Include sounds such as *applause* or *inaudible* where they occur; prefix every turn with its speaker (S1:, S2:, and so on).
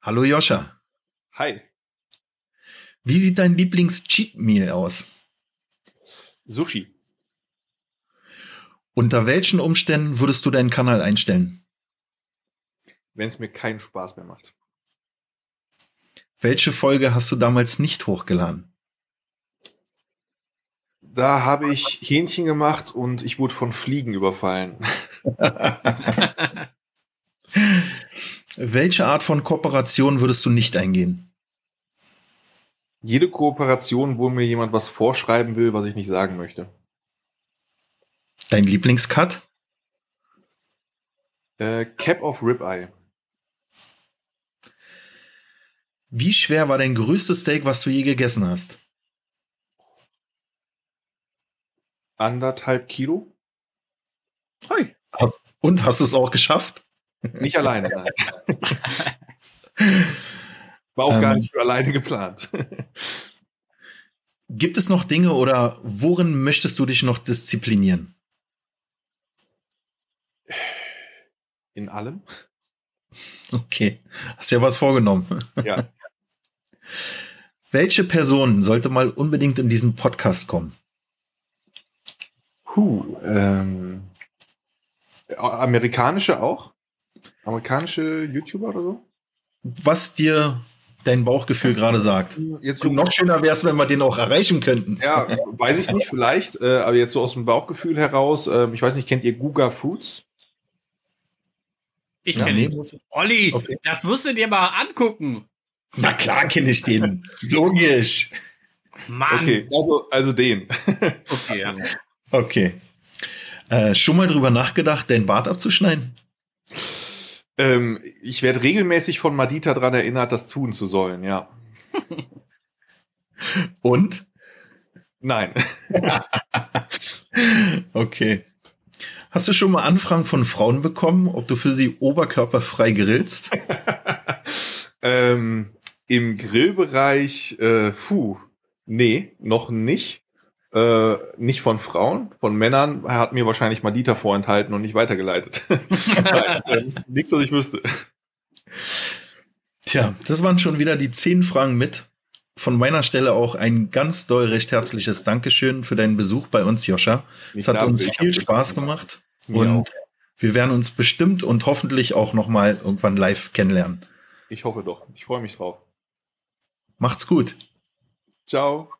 S1: Hallo Joscha.
S2: Hi.
S1: Wie sieht dein Lieblings-Cheat-Meal aus?
S2: Sushi.
S1: Unter welchen Umständen würdest du deinen Kanal einstellen?
S2: Wenn es mir keinen Spaß mehr macht.
S1: Welche Folge hast du damals nicht hochgeladen?
S2: Da habe ich Hähnchen gemacht und ich wurde von Fliegen überfallen.
S1: Welche Art von Kooperation würdest du nicht eingehen?
S2: Jede Kooperation, wo mir jemand was vorschreiben will, was ich nicht sagen möchte.
S1: Dein Lieblingscut?
S2: Äh, Cap of Ribeye.
S1: Wie schwer war dein größtes Steak, was du je gegessen hast?
S2: Anderthalb Kilo?
S1: Hi. Und hast du es auch geschafft?
S2: Nicht alleine. Nein. War auch gar
S1: Ähm.
S2: nicht für alleine geplant.
S1: Gibt es noch Dinge oder worin möchtest du dich noch disziplinieren?
S2: In allem?
S1: Okay, hast ja was vorgenommen.
S2: Ja.
S1: *laughs* Welche Person sollte mal unbedingt in diesen Podcast kommen?
S2: Huh, ähm, amerikanische auch? Amerikanische YouTuber oder so?
S1: Was dir dein Bauchgefühl gerade sagt?
S2: Jetzt
S1: So, noch schöner wäre es, wenn wir den auch erreichen könnten.
S2: Ja, weiß ich nicht, vielleicht, äh, aber jetzt so aus dem Bauchgefühl heraus, ähm, ich weiß nicht, kennt ihr Guga Fruits?
S3: Ich
S1: Ja,
S3: kenne
S1: nee,
S3: ihn. Olli,
S2: Okay.
S3: das musst du dir mal angucken.
S1: Na klar kenne ich den. *laughs* Logisch.
S3: Mann.
S2: Okay, also, also den.
S3: Okay, ja.
S1: Okay. Äh, schon mal drüber nachgedacht, deinen Bart abzuschneiden?
S2: Ähm, ich werde regelmäßig von Madita daran erinnert, das tun zu sollen, ja.
S1: Und?
S2: Nein. *laughs*
S1: Okay. Hast du schon mal Anfragen von Frauen bekommen, ob du für sie oberkörperfrei grillst? *laughs*
S2: ähm, Im Grillbereich, äh, puh, nee, noch nicht. Äh, nicht von Frauen, von Männern hat mir wahrscheinlich Madita vorenthalten und nicht weitergeleitet. *laughs* Nein, ähm, nichts, was ich wüsste.
S1: Tja, das waren schon wieder die zehn Fragen mit. Von meiner Stelle auch ein ganz doll recht herzliches Dankeschön für deinen Besuch bei uns, Joscha. Es hat uns viel Spaß gemacht
S2: Mir
S1: und wir werden uns bestimmt und hoffentlich auch noch mal irgendwann live kennenlernen.
S2: Ich hoffe doch. Ich freue mich drauf.
S1: Macht's gut.
S2: Ciao.